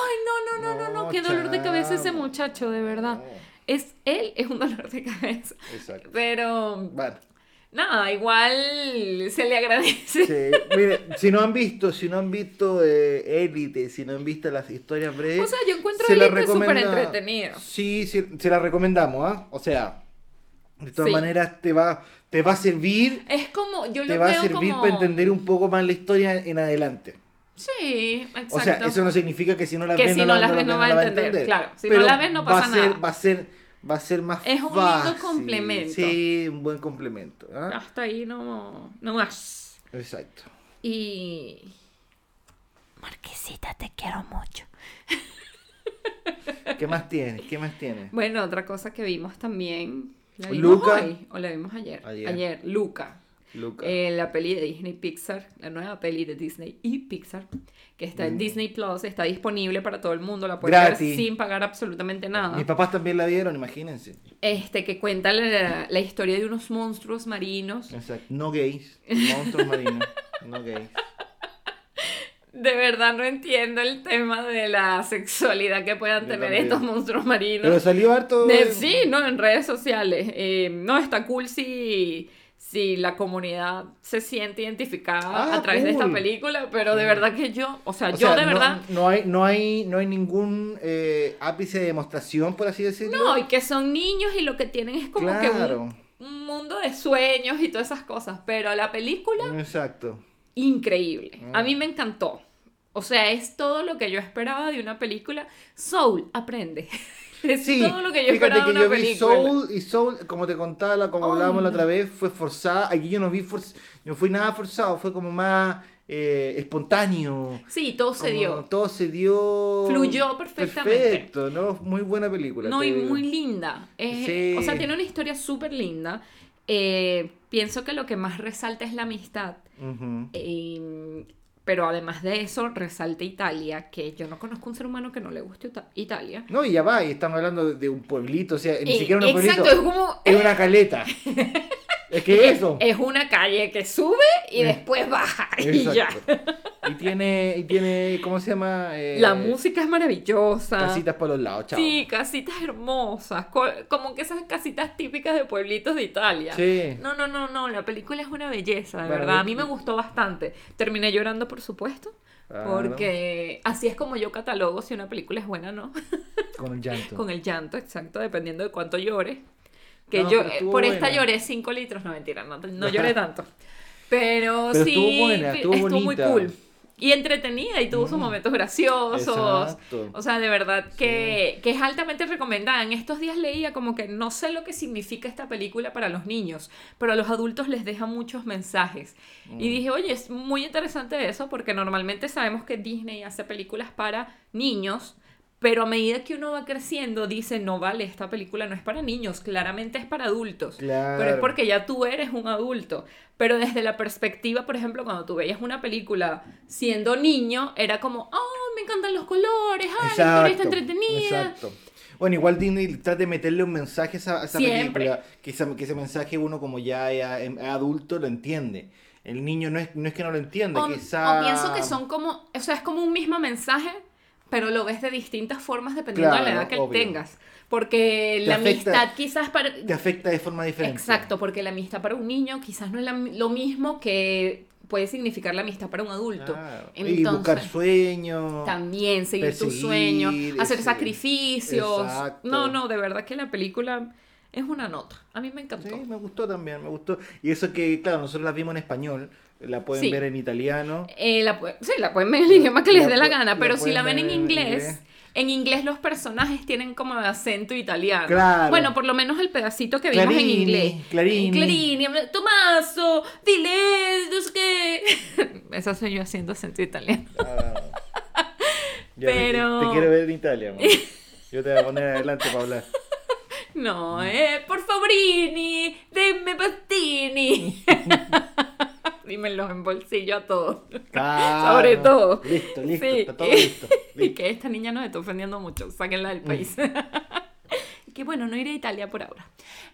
A: no, no, no, no, no!
B: No,
A: ¡Qué dolor de cabeza ese
B: chamo.
A: muchacho, de verdad!
B: No,
A: Es, él es un dolor de cabeza.
B: exacto.
A: Pero,
B: Bueno,
A: nada, igual se le agradece.
B: sí. Mire, si no han visto, si no han visto eh, Élite, si no han visto las historias breves.
A: O sea, yo encuentro
B: se la
A: Élite súper
B: recomenda-
A: entretenido.
B: Sí, sí, se la recomendamos, ¿ah? O sea, de todas
A: Sí.
B: maneras te va, te va a servir,
A: Es como, yo
B: te
A: lo
B: va a
A: veo
B: servir
A: como...
B: para entender un poco más la historia en adelante.
A: Sí, exacto.
B: O sea, eso no significa que si no la
A: Que
B: ves
A: si
B: no,
A: no
B: la,
A: las
B: no la
A: ves, no va a entender, claro. Si no
B: Pero
A: la ves, no
B: va
A: pasa
B: a ser,
A: nada.
B: Va a ser, va a ser más
A: Es un lindo
B: fácil.
A: complemento.
B: Sí, un buen complemento. ¿ah?
A: Hasta ahí no, no más.
B: Exacto.
A: Y... Marquesita, te quiero mucho.
B: ¿Qué más tienes? ¿Qué más tienes?
A: Bueno, otra cosa que vimos también... ¿La vimos
B: Luca.
A: hoy o la vimos ayer?
B: Ayer.
A: Luca.
B: Luca.
A: Eh, la peli de Disney Pixar, la nueva peli de Disney y Pixar, que está en Disney Plus, está disponible para todo el mundo, la puedes
B: Gratis.
A: ver sin pagar absolutamente nada.
B: Mis papás también la vieron, imagínense.
A: Este, que cuenta la, la historia de unos monstruos marinos.
B: Exacto. No gays. Monstruos marinos. No gays.
A: De verdad no entiendo el tema de la sexualidad que puedan
B: Yo
A: tener
B: también.
A: estos monstruos marinos.
B: Pero salió harto.
A: De- sí, no, en redes sociales. Eh, no, está cool si, si la comunidad se siente identificada
B: Ah,
A: a través de esta
B: cool.
A: película, pero de
B: Sí.
A: verdad que yo, o sea, yo
B: O sea,
A: de
B: no-
A: verdad...
B: No, hay, no, hay, no hay ningún eh, ápice de demostración, por así decirlo.
A: No, y que son niños y lo que tienen es como que
B: claro.
A: un- un, mundo de sueños y todas esas cosas. Pero la película,
B: Exacto.
A: increíble. A
B: Mm.
A: mí me encantó. O sea, es todo lo que yo esperaba de una película. Soul, aprende. Es
B: Sí,
A: todo lo que yo
B: fíjate
A: esperaba de
B: que
A: una
B: yo vi
A: película.
B: Soul y Soul, como te contaba, la- como
A: Ay,
B: hablábamos la
A: no.
B: otra vez, fue forzada. Aquí yo no vi forz- no fui nada forzado, fue como más eh, espontáneo.
A: Sí, todo se
B: Como
A: dio.
B: Todo se dio.
A: Fluyó perfectamente.
B: Perfecto, ¿no? Muy buena película.
A: No,
B: te
A: y
B: digo.
A: muy linda. Es-
B: Sí.
A: O sea, tiene una historia súper linda. Eh, pienso que lo que más resalta es la amistad.
B: Ujú.
A: Eh, pero además de eso, resalta Italia, que yo no conozco un ser humano que no le guste Ita- Italia.
B: No, y ya va, y estamos hablando de un pueblito, o sea, ni siquiera un
A: Eh, Exacto, es
B: pueblito.
A: como...
B: Es una caleta. es que eso.
A: Es una calle que sube y
B: Mm.
A: después baja Eh, y ya.
B: Exacto. Y tiene, y tiene, ¿cómo se llama? Eh,
A: La música es maravillosa.
B: Casitas por los lados, chao.
A: Sí, casitas hermosas, co- como que esas casitas típicas de pueblitos de Italia.
B: Sí.
A: No, no, no, no, la película es una belleza, de
B: Bueno,
A: verdad.
B: yo-
A: A mí me gustó bastante. Terminé llorando, por supuesto,
B: Claro.
A: porque así es como yo catalogo si una película es buena o no.
B: Con el llanto.
A: Con el llanto, exacto, dependiendo de cuánto llores. Que
B: No,
A: yo
B: pero
A: eh,
B: estuvo
A: por esta
B: buena.
A: lloré 5 litros, no mentira, no, no lloré tanto. Pero,
B: Pero
A: sí,
B: estuvo buena,
A: sí,
B: estuvo
A: muy
B: bonita.
A: cool. Y entretenida y tuvo sus
B: Mm.
A: momentos graciosos.
B: Exacto.
A: O sea, de verdad que, que es altamente recomendada. En estos días leía como que no sé lo que significa esta película para los niños, pero a los adultos les deja muchos mensajes.
B: Mm.
A: Y dije, oye, es muy interesante eso porque normalmente sabemos que Disney hace películas para niños, pero a medida que uno va creciendo dice, no vale, esta película no es para niños, claramente es para adultos.
B: Claro.
A: Pero es porque ya tú eres un adulto. Pero desde la perspectiva, por ejemplo, cuando tú veías una película siendo niño, era como, oh, me encantan los colores, ay, la historia está entretenida.
B: exacto. Bueno, igual Disney trata de meterle un mensaje a esa, a esa
A: Siempre.
B: película. Que, esa- que ese mensaje uno como ya es- es adulto lo entiende. El niño no es, no es que no lo entienda,
A: O,
B: quizá...
A: o pienso que son como, o sea, es como un mismo mensaje, pero lo ves de distintas formas dependiendo de la
B: Claro,
A: edad que
B: obvio.
A: tengas. Porque
B: Te
A: la
B: afecta-
A: amistad quizás para...
B: Te afecta de forma diferente.
A: Exacto, porque la amistad para un niño quizás no es la- lo mismo que puede significar la amistad para un adulto.
B: Claro. y
A: Entonces-
B: buscar sueños.
A: También seguir tu
B: Perseguir,
A: sueño, hacer
B: ese-
A: sacrificios.
B: exacto.
A: No, no, de verdad que la película es una nota. A mí me encantó.
B: Sí, me gustó también, me gustó. Y eso que, claro, nosotros la vimos en español, la pueden
A: Sí.
B: ver en italiano.
A: Eh, la, pu- sí, la pueden ver en el idioma que les
B: La
A: dé la
B: pu-
A: gana,
B: la
A: pero si la ven
B: pueden
A: en
B: ver en
A: inglés,
B: inglés.
A: en inglés los personajes tienen como acento italiano.
B: Claro.
A: Bueno, por lo menos el pedacito que vimos en
B: Clarini,
A: inglés.
B: Clarini.
A: Clarini, Tomaso, Dile, no sé qué. Eso soy yo haciendo acento italiano.
B: Ah. Ya me-
A: Eh. Pero-
B: Te quiero ver en Italia, amor. Yo te voy a poner adelante para hablar.
A: No, eh, por favorini, dime pastini. Dímelo en bolsillo a todos.
B: Claro.
A: Sobre todo.
B: Listo, listo,
A: Sí.
B: está todo listo.
A: Y
B: listo.
A: que esta niña nos está ofendiendo mucho, sáquenla
B: Mm.
A: del país. Y que bueno, no iré a Italia por ahora.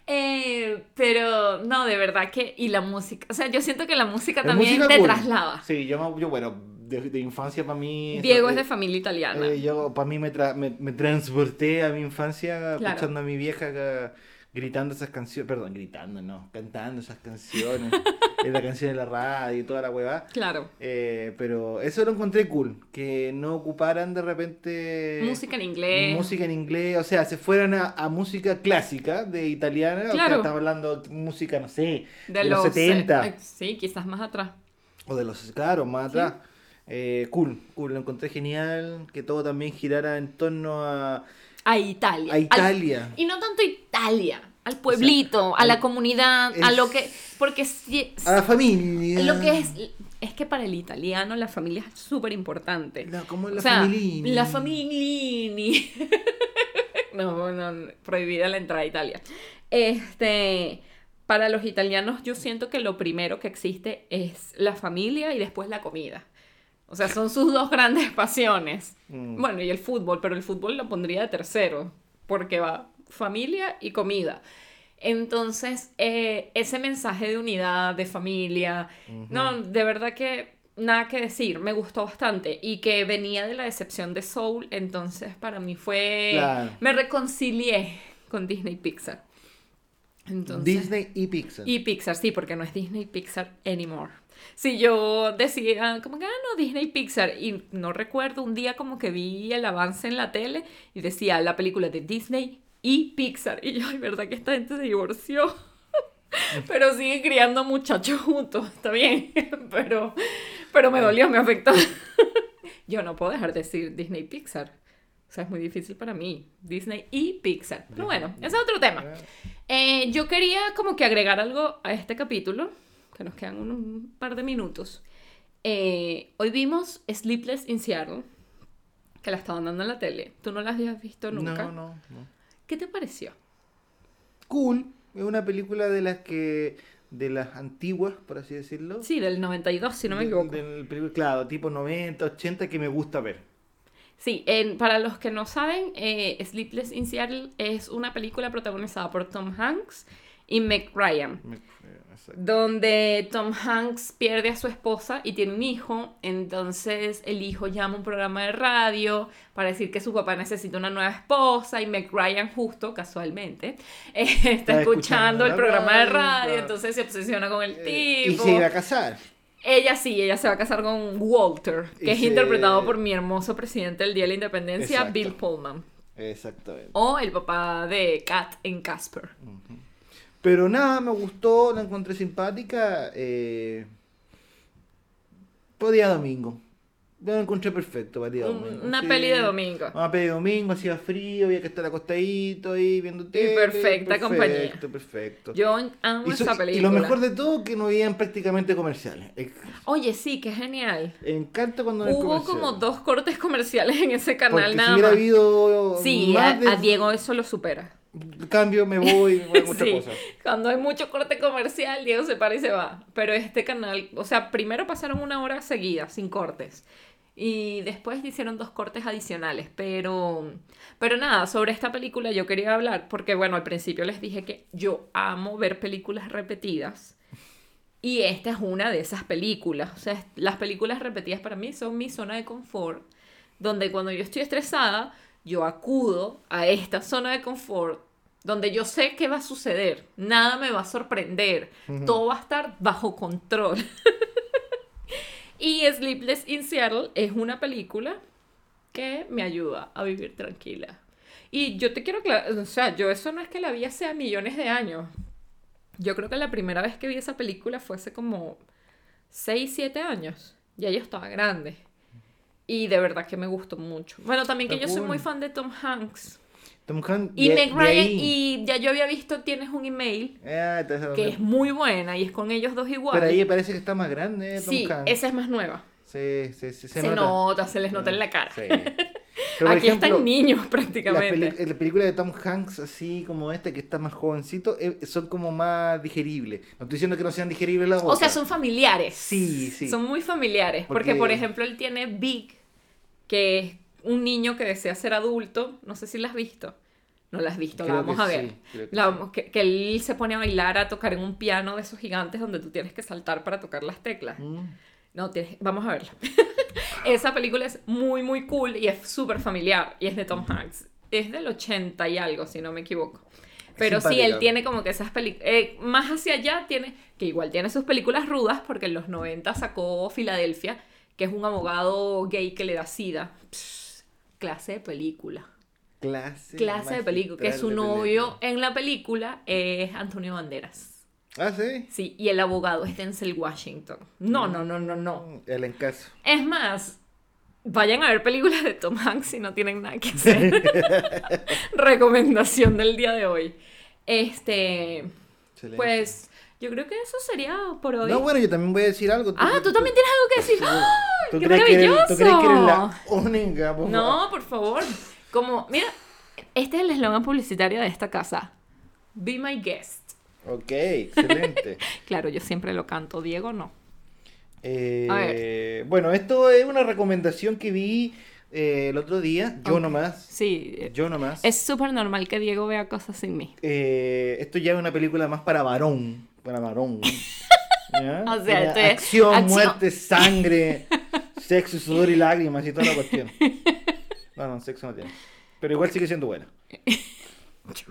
A: Eh, pero no, de verdad que. Y la música. O sea, yo siento que la música
B: La
A: también
B: música
A: te
B: cool.
A: traslada.
B: Sí, yo, me- yo bueno, de, de infancia para mí.
A: Diego es
B: eh,
A: de familia italiana.
B: eh, yo para mí me, tra- me, me transporté a mi infancia
A: Claro.
B: escuchando a mi vieja ca- gritando esas canciones, perdón, gritando, no, cantando esas canciones, en la canción de la radio y toda la huevada.
A: Claro.
B: Eh, pero eso lo encontré cool, que no ocuparan de repente
A: música en inglés.
B: eh, música en inglés, o sea, se fueran a, a música clásica de italiana, o sea,
A: Claro.
B: estaba hablando de música, no sé,
A: de,
B: de los 70.
A: eh, sí, quizás más atrás.
B: o de los, claro, más atrás. Eh, cool, cool, lo encontré genial, que todo también girara en torno a,
A: A Italia.
B: a
A: Al-
B: Italia.
A: y no tanto Italia, al pueblito, a la
B: al-
A: comunidad, a
B: es-
A: lo que. Porque si,
B: A la familia.
A: lo que es. Es que para el italiano la familia es súper importante.
B: La, como
A: O
B: la
A: sea,
B: familia.
A: La familia. no, no, no, prohibida la entrada a Italia. Este, para los italianos yo siento que lo primero que existe es la familia y después la comida. O sea, son sus dos grandes pasiones.
B: Mm.
A: Bueno, y el fútbol, pero el fútbol lo pondría de tercero, porque va familia y comida. Entonces, eh, ese mensaje de unidad, de familia, no, de verdad que nada que decir, me gustó bastante y que venía de la decepción de Soul, entonces para mí fue...
B: Claro.
A: Me reconcilié con Disney y Pixar. Entonces,
B: Disney y Pixar.
A: y Pixar, sí, porque no es Disney Pixar anymore. Si yo decía, como que, ah, no, Disney Pixar, y no recuerdo, un día como que vi el avance en la tele y decía la película de Disney y Pixar. Y yo, ay, ¿verdad que esta gente se divorció? Pero siguen criando muchachos juntos, está bien. Pero, pero me dolió, me afectó. Yo no puedo dejar de decir Disney Pixar. O sea, es muy difícil para mí. Disney y Pixar. Pero bueno, ese es otro
B: Ah,
A: tema. Eh, yo quería como que agregar algo a este capítulo, que nos quedan un, un par de minutos. Eh, hoy vimos Sleepless in Seattle, que la estaban dando en la tele. Tú no la habías visto nunca.
B: No, no, no.
A: ¿Qué te pareció?
B: Cool. Es una película de las que. de las antiguas, por así decirlo.
A: Sí, del 92, si no me
B: De-
A: equivoco.
B: del primer- claro, tipo 90, 80 que me gusta ver.
A: Sí, en- para los que no saben, eh, Sleepless in Seattle es una película protagonizada por Tom Hanks y Meg Ryan.
B: Me- eh, exacto.
A: donde Tom Hanks pierde a su esposa y tiene un hijo, entonces el hijo llama a un programa de radio para decir que su papá necesita una nueva esposa y Meg Ryan justo, casualmente, eh, está,
B: Está
A: escuchando
B: escuchando
A: el
B: la
A: programa de
B: radio,
A: radio,
B: claro.
A: entonces se obsesiona con el
B: Eh, y
A: tipo.
B: se iba a casar.
A: Ella sí, ella se va a casar con Walter, que
B: Y
A: es
B: se-
A: interpretado por mi hermoso presidente del Día de la Independencia,
B: Exacto.
A: Bill Pullman,
B: Exactamente.
A: o el papá de Kat en Casper.
B: Pero nada, me gustó, la encontré simpática. Eh... Podía domingo. Yo la encontré perfecto para el día
A: Un-
B: domingo.
A: una
B: sí. Ah,
A: peli de domingo.
B: Una peli de domingo, hacía frío, había que estar acostadito ahí viendo tele.
A: perfecta
B: perfecto,
A: compañía.
B: Perfecto, perfecto.
A: Yo amo
B: y, su-
A: esa
B: y
A: película.
B: lo mejor de todo que no habían prácticamente comerciales. Eh,
A: Oye, sí, qué genial.
B: Encanta cuando no hay
A: Hubo
B: comerciales.
A: como dos cortes comerciales en ese canal
B: Porque
A: nada
B: si hubiera
A: más.
B: habido
A: sí, a,
B: más de-
A: a Diego eso lo supera.
B: cambio me voy, me voy a muchas
A: Sí,
B: cosas.
A: cuando hay mucho corte comercial, Diego se para y se va. Pero este canal, o sea, primero pasaron una hora seguida, sin cortes. Y después hicieron dos cortes adicionales. Pero, pero nada, sobre esta película yo quería hablar porque, bueno, al principio les dije que yo amo ver películas repetidas. Y esta es una de esas películas. O sea, es- las películas repetidas para mí son mi zona de confort, donde cuando yo estoy estresada, yo acudo a esta zona de confort, donde yo sé qué va a suceder, nada me va a sorprender, todo va a estar bajo control. y Sleepless in Seattle es una película que me ayuda a vivir tranquila. Y yo te quiero aclarar, o sea, yo eso no es que la vi hace millones de años. Yo creo que la primera vez que vi esa película fue hace como 6, 7 años. Ya yo estaba grande. Y de verdad que me gustó mucho. Bueno, también que
B: Está
A: yo soy
B: cool.
A: muy fan de Tom Hanks.
B: Tom Hanks.
A: Y
B: de-
A: Meg
B: de
A: Ryan,
B: ahí.
A: y ya yo había visto Tienes un email,
B: Ah, entonces,
A: que es muy buena y es con ellos dos igual.
B: Pero ahí parece que está más grande eh, Tom
A: sí,
B: Hanks.
A: esa es más nueva.
B: Sí, sí, sí,
A: Se, nota. se les nota en la cara.
B: Sí. Pero, por
A: Aquí
B: ejemplo,
A: están niños
B: Las
A: prácticamente.
B: peli- las películas de Tom Hanks, así como esta, que está más jovencito, eh, son como más digeribles. No estoy diciendo que no sean digeribles las
A: O
B: otras.
A: sea, son familiares.
B: Sí, sí.
A: Son muy familiares. Porque,
B: Porque-
A: por ejemplo, él tiene Big, que es un niño que desea ser adulto. No sé si la has visto. No la has visto, la
B: Creo
A: vamos
B: que
A: a ver.
B: sí, creo que
A: La
B: sí.
A: vamos- que, que él se pone a bailar, a tocar en un piano de esos gigantes donde tú tienes que saltar para tocar las teclas.
B: Mm.
A: No, tienes, vamos a verla. Esa película es muy, muy cool y es súper familiar y es de Tom Hanks. Es del 80 y algo, si no me equivoco. Pero sí,
B: Simpática.
A: él tiene como que esas películas... más hacia allá tiene... Que igual tiene sus películas rudas porque en los 90 sacó Filadelfia, que es un abogado gay que le da sida. Pss, clase de película.
B: Clase,
A: clase de película. Que
B: magistral
A: su
B: de
A: novio en la película es Antonio Banderas.
B: película. Ah, sí.
A: Sí, y el abogado es Denzel Washington. No,
B: Mm.
A: no, no, no, no.
B: El encaso.
A: Es más, vayan a ver películas de Tom Hanks si no tienen nada que hacer. Recomendación del día de hoy. Este,
B: Excelente.
A: pues yo creo que eso sería por hoy.
B: No, bueno, yo también voy a decir algo.
A: ah, tú también tienes algo que decir. ¡Ah!
B: ¿Tú
A: ¡Qué
B: crees que eres- ¿Tú crees que eres la
A: maravilloso!
B: única? por favor?
A: No, por favor. Como, mira, este es el eslogan publicitario de esta casa. Be my guest.
B: Ok, excelente.
A: Claro, yo siempre lo canto, Diego no.
B: Eh,
A: A
B: bueno, esto es una recomendación que vi eh, el otro día. Yo
A: Ok.
B: nomás.
A: Sí, eh,
B: Yo nomás.
A: es súper normal que Diego vea cosas sin mí.
B: Eh, esto ya es una película más para varón. Para varón. ¿Ya?
A: O sea,
B: Ya,
A: esto es
B: acción,
A: acción.
B: muerte, sangre, sexo, sudor y lágrimas y toda la cuestión. No, no, sexo no tiene. Pero igual sigue siendo buena.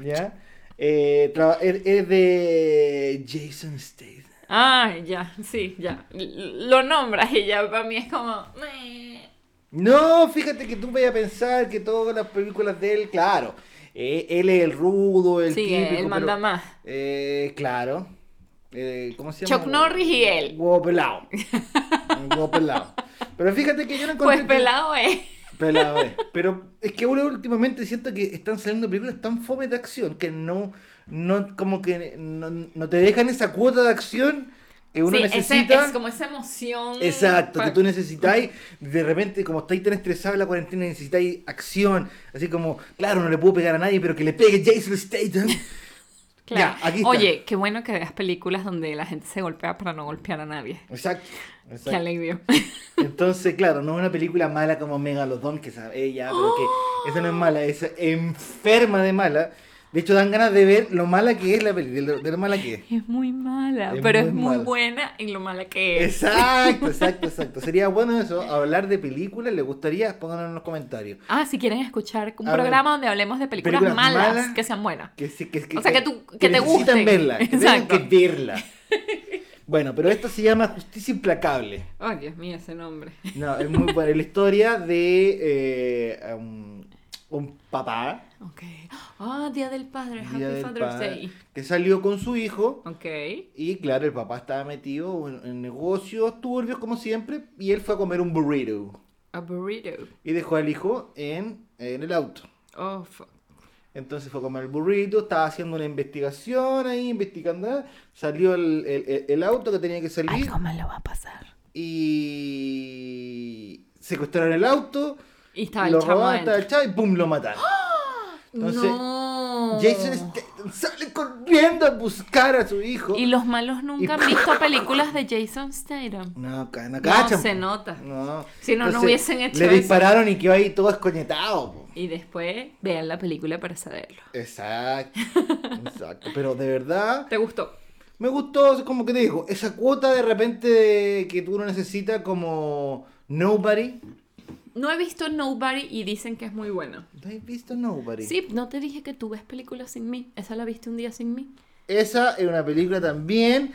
B: ¿Ya? Eh, traba- es es de Jason Statham.
A: Ah, ya, sí, ya. L- Lo nombras y ya para mí es como... "Meh".
B: No, fíjate que tú vayas a pensar que todas las películas de él, claro, eh, él es el rudo, el
A: Sí,
B: típico,
A: él manda
B: pero-
A: más.
B: Eh, claro. Eh, ¿Cómo se llama?
A: Chuck Norris y él.
B: Huevo pelado. Huevo pelado. Pero fíjate que yo no encontré...
A: Pues
B: que-
A: pelado es.
B: Pelado, eh. Pero es que ahora últimamente siento que están saliendo películas tan fome de acción que no, no como que no, no te dejan esa cuota de acción que uno
A: Sí, ese-
B: necesita.
A: es como esa emoción.
B: Exacto, que
A: pa-
B: tú necesitáis, de repente, como estáis tan estresados en la cuarentena, necesitáis acción. Así como, claro, no le puedo pegar a nadie, pero que le pegue Jason Statham.
A: Claro.
B: Ya, aquí está.
A: Oye, qué bueno que veas películas donde la gente se golpea para no golpear a nadie.
B: Exacto. exacto.
A: Qué alivio.
B: Entonces, claro, no es una película mala como Megalodon, que sabe ella, pero que esa no es mala, es enferma de mala. De hecho, dan ganas de ver lo mala que es la película, de lo mala que es.
A: Es muy mala,
B: Es
A: pero
B: muy
A: es muy
B: mala.
A: buena en lo mala que es.
B: Exacto, exacto, exacto. Sería bueno eso, hablar de películas, ¿le gustaría? Pónganlo en los comentarios.
A: Ah, si quieren escuchar un
B: A ver.
A: programa donde hablemos de películas,
B: Películas
A: malas,
B: malas.
A: que sean buenas.
B: Que, sí- que,
A: O sea, que tú- que te
B: necesitan
A: gusten.
B: verla, que tengan
A: Exacto.
B: que verla. Bueno, pero esto se llama Justicia Implacable.
A: Ay, Dios mío, ese nombre.
B: No, es muy buena. Es la historia de eh, un, un papá
A: Ok. Ah, Día del Padre, Happy
B: Día del
A: Father's
B: Padre,
A: Day.
B: que salió con su hijo
A: Ok.
B: y claro, el papá estaba metido en, en negocios turbios como siempre y él fue a comer un burrito
A: A burrito.
B: y dejó al hijo en, en el auto.
A: Oh, fuck.
B: Entonces fue a comer el burrito, estaba haciendo una investigación ahí, investigando, ah, salió el, el- el- el auto que tenía que salir
A: Algo malo va a pasar.
B: y secuestraron el auto,
A: Y estaba
B: lo
A: el chamo
B: robaron, estaba
A: adentro.
B: el chavo y ¡pum! lo mataron. Entonces,
A: no.
B: Jason Statham sale corriendo a buscar a su hijo.
A: Y los malos nunca han vica películas de Jason Statham.
B: No, ca- no
A: No,
B: cachan.
A: se
B: po.
A: nota.
B: No.
A: Si no, no hubiesen hecho
B: Le
A: eso.
B: dispararon y quedó ahí todo escoñetado. po.
A: Y después vean la película para saberlo.
B: Exacto. Exacto. Pero de verdad,
A: ¿Te gustó?
B: me gustó, como que te digo, esa cuota de repente de- que tú no necesitas como Nobody.
A: No he visto Nobody y dicen que es muy buena.
B: ¿No has visto Nobody?
A: Sí, no te dije que tú ves películas sin mí. Esa la viste un día sin mí.
B: Esa es una película también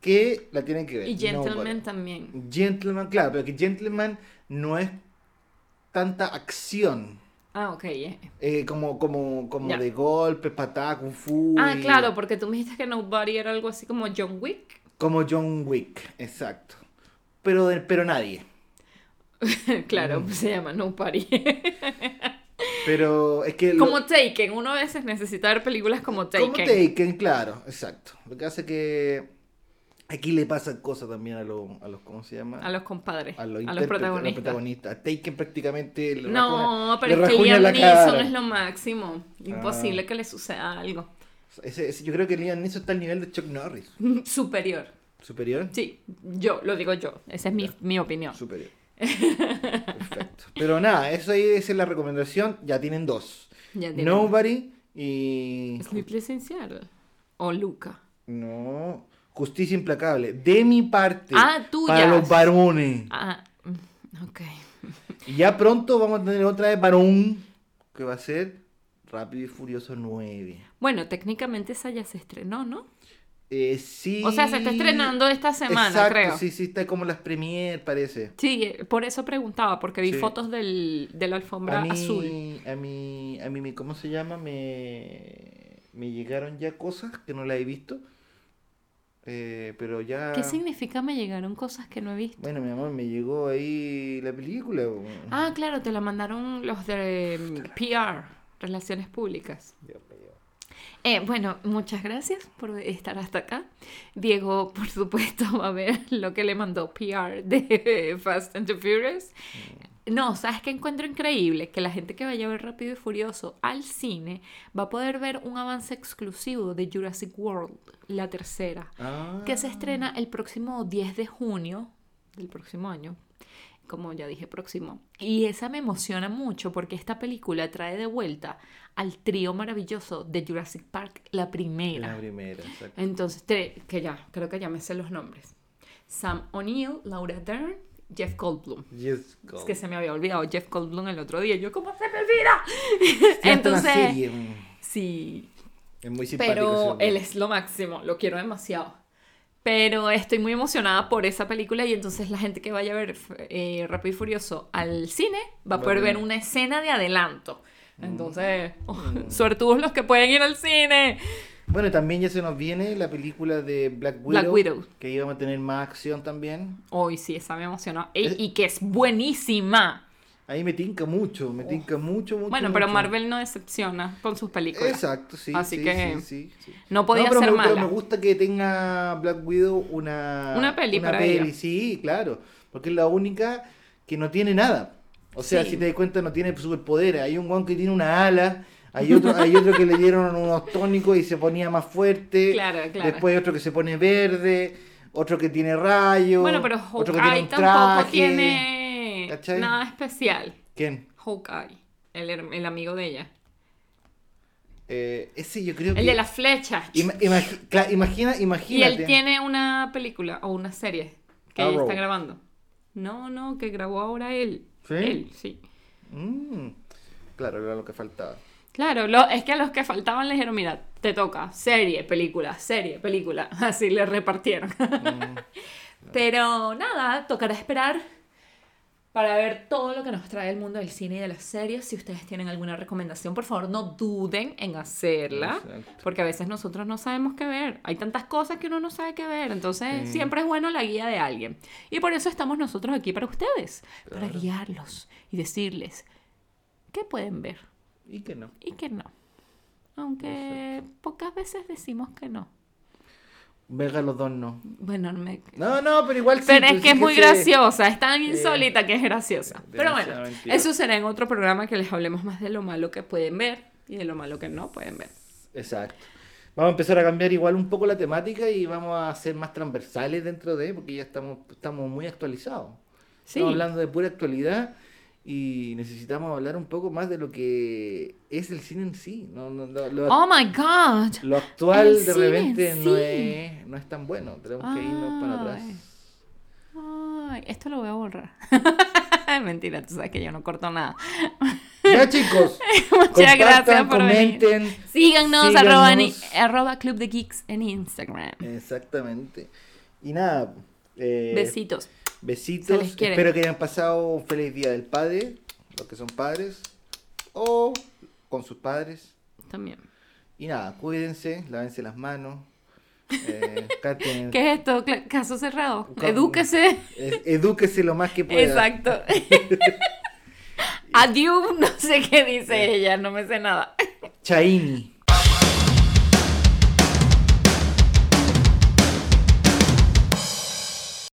B: que la tienen que ver.
A: Y Gentleman
B: Nobody.
A: también.
B: Gentleman, claro, pero que Gentleman no es tanta acción.
A: Ah, ok. eh.
B: eh, como como, como
A: Ya.
B: de golpes, patadas, kung fu.
A: Ah,
B: y-
A: claro, porque tú me dijiste que Nobody era algo así como John Wick.
B: Como John Wick, exacto. Pero, de- pero nadie. Mm.
A: claro, pues se llama No Party.
B: Pero es que... lo-
A: Como Taken, uno a veces necesita ver películas como Taken.
B: Como Taken, claro, exacto. Lo que hace que aquí le pasan cosas también a los, a los ¿cómo se llama?
A: A los compadres, a los,
B: intérpretes, a
A: protagonistas.
B: protagonistas. Taken prácticamente le
A: No,
B: rajuna-
A: pero
B: le
A: es que
B: rajuña
A: Liam
B: la
A: Neeson
B: cara. Ah.
A: es lo máximo. Imposible que le suceda algo
B: Ese- ese- yo creo que Liam Neeson está al nivel de Chuck Norris.
A: superior.
B: ¿Superior?
A: Sí, yo, lo digo yo. Esa es mi, mi opinión.
B: Superior. Perfecto. Pero nada, eso ahí esa es la recomendación. Ya tienen dos.
A: Ya entiendo.
B: Nobody y...
A: Sleepless in Seattle. O Luca.
B: No. Justicia implacable. De mi parte.
A: Ah,
B: Para
A: tuyas.
B: los varones.
A: Ah, mm, ok.
B: Y ya pronto vamos a tener otra de varón. Que va a ser Rápido y Furioso 9.
A: Bueno, técnicamente esa ya se estrenó, ¿no?
B: Eh, sí.
A: O sea, se está estrenando esta semana,
B: Exacto,
A: creo.
B: Sí, sí, está como las premier, parece.
A: Sí, eh, por eso preguntaba, porque vi
B: Sí.
A: fotos del, de la
B: A
A: alfombra
B: mí,
A: azul.
B: a mí, a mí, me- ¿cómo se llama? Me, me llegaron ya cosas que no las he visto. Eh, pero ya.
A: ¿Qué significa me llegaron cosas que no he visto?
B: Bueno, mi amor, me llegó ahí la película. bo.
A: Ah, claro, te la mandaron los de mm, PR, Relaciones Públicas.
B: Dios mío.
A: Eh, bueno, muchas gracias por estar hasta acá. Diego, por supuesto, va a ver lo que le mandó PR de Fast and the Furious.
B: Mm.
A: No, ¿sabes qué encuentro increíble? Que la gente que vaya a ver Rápido y Furioso al cine va a poder ver un avance exclusivo de Jurassic World, la tercera,
B: Ah,
A: que se estrena el próximo 10 de junio del próximo año, como ya dije, próximo. Y esa me emociona mucho porque esta película trae de vuelta al trío maravilloso de Jurassic Park, la
B: La
A: primera.
B: primera, exacto.
A: Entonces, tre- que ya, creo que ya me sé los nombres. Sam O'Neill, Laura Dern, Jeff Goldblum.
B: Yes,
A: Es
B: go.
A: que se me había olvidado Jeff Goldblum el otro día. Yo, ¿cómo se me olvida?
B: Sí, hasta la
A: Entonces,
B: serie, mm,
A: sí,
B: Es muy simpático.
A: pero
B: ese
A: él
B: hombre.
A: es lo máximo, lo quiero demasiado. Pero estoy muy emocionada por esa película y entonces la gente que vaya a ver eh, Rápido y Furioso al cine va a poder
B: Vale.
A: ver una escena de adelanto.
B: Mm.
A: Entonces, oh, suertudos los que pueden ir al cine.
B: Bueno, y también ya se nos viene la película de Black Widow.
A: Black Widow.
B: Que íbamos a tener más acción también.
A: Hoy sí, esa me emocionó. Ey,
B: Es-
A: Y que es buenísima.
B: Ahí me tinca mucho, me tinca mucho, mucho.
A: Bueno, pero
B: mucho.
A: Marvel no decepciona con sus películas.
B: Exacto, sí.
A: Así
B: sí,
A: que
B: sí, sí, sí.
A: no podía
B: pero
A: ser
B: me, pero
A: mala.
B: me gusta que tenga Black Widow una.
A: Una peli para ella.
B: Sí, claro. Porque es la única que no tiene nada. O sea,
A: Sí.
B: si te das cuenta, no tiene superpoderes. Hay un guan que tiene una ala. Hay otro, hay otro que le dieron unos tónicos y se ponía más fuerte.
A: Claro, claro.
B: Después hay otro que se pone verde. Otro que tiene rayos.
A: Bueno, pero
B: otro que tiene
A: Hawkeye
B: un
A: tampoco
B: traje.
A: tiene
B: ¿cachai?
A: nada especial.
B: ¿Quién?
A: Hawkeye, el, her- el amigo de ella.
B: Eh, ese yo creo que.
A: El de las flechas.
B: Ima- imagi- cla- imagina,
A: Y
B: imagínate.
A: él tiene una película o una serie que ella
B: Arrow.
A: está grabando. No, no, que grabó ahora él.
B: ¿Sí?
A: Él, sí.
B: Mm, claro, era lo que faltaba.
A: Claro, lo- es que a los que faltaban les dijeron, mira, te toca, serie, película, serie, película. Así le repartieron. Pero nada, tocará esperar para ver todo lo que nos trae el mundo del cine y de las series. Si ustedes tienen alguna recomendación, por favor, no duden en hacerla.
B: Exacto.
A: Porque a veces nosotros no sabemos qué ver. Hay tantas cosas que uno no sabe qué ver. Entonces, siempre es bueno la guía de alguien. Y por eso estamos nosotros aquí para ustedes, para guiarlos y decirles qué pueden ver
B: Y que no.
A: y qué no. Aunque pocas veces decimos que no.
B: Venga, los dos no.
A: Bueno, me,
B: No, no, pero igual sí.
A: pero
B: pues
A: es que es
B: sí
A: muy
B: se-
A: graciosa, es tan insólita que es graciosa. Pero
B: demasiado
A: bueno,
B: mentira.
A: eso será en otro programa que les hablemos más de lo malo que pueden ver y de lo malo que no pueden ver.
B: Exacto. Vamos a empezar a cambiar igual un poco la temática y vamos a ser más transversales dentro de, porque ya estamos, estamos muy actualizados.
A: Sí,
B: Estamos hablando de pura actualidad y necesitamos hablar un poco más de lo que es el cine en sí. No, no, no, lo,
A: Oh my God.
B: lo actual
A: el
B: de
A: cine en
B: repente no,
A: sí. Ah.
B: es, no es tan bueno. Tenemos que irnos para atrás.
A: Ay. Ay, esto lo voy a borrar. Mentira, tú sabes que yo no corto nada.
B: Ya chicos.
A: Muchas gracias
B: compartan,
A: por venir.
B: comenten.
A: Síganos, Arroba, ni-
B: Síganos.
A: arroba Club de Geeks en Instagram.
B: Exactamente. Y nada. eh,
A: Besitos. Se
B: Besitos.
A: les quiere.
B: Espero que hayan pasado un feliz día del padre, los que son padres, o con sus padres.
A: También.
B: Y nada, cuídense, lávense las manos. eh, caten-
A: ¿Qué es esto? Cla- Caso cerrado.
B: Con-
A: Edúquese.
B: eh, edúquese lo más que pueda.
A: Exacto. Adiós, no sé qué dice ella, no me sé nada.
B: Chaini.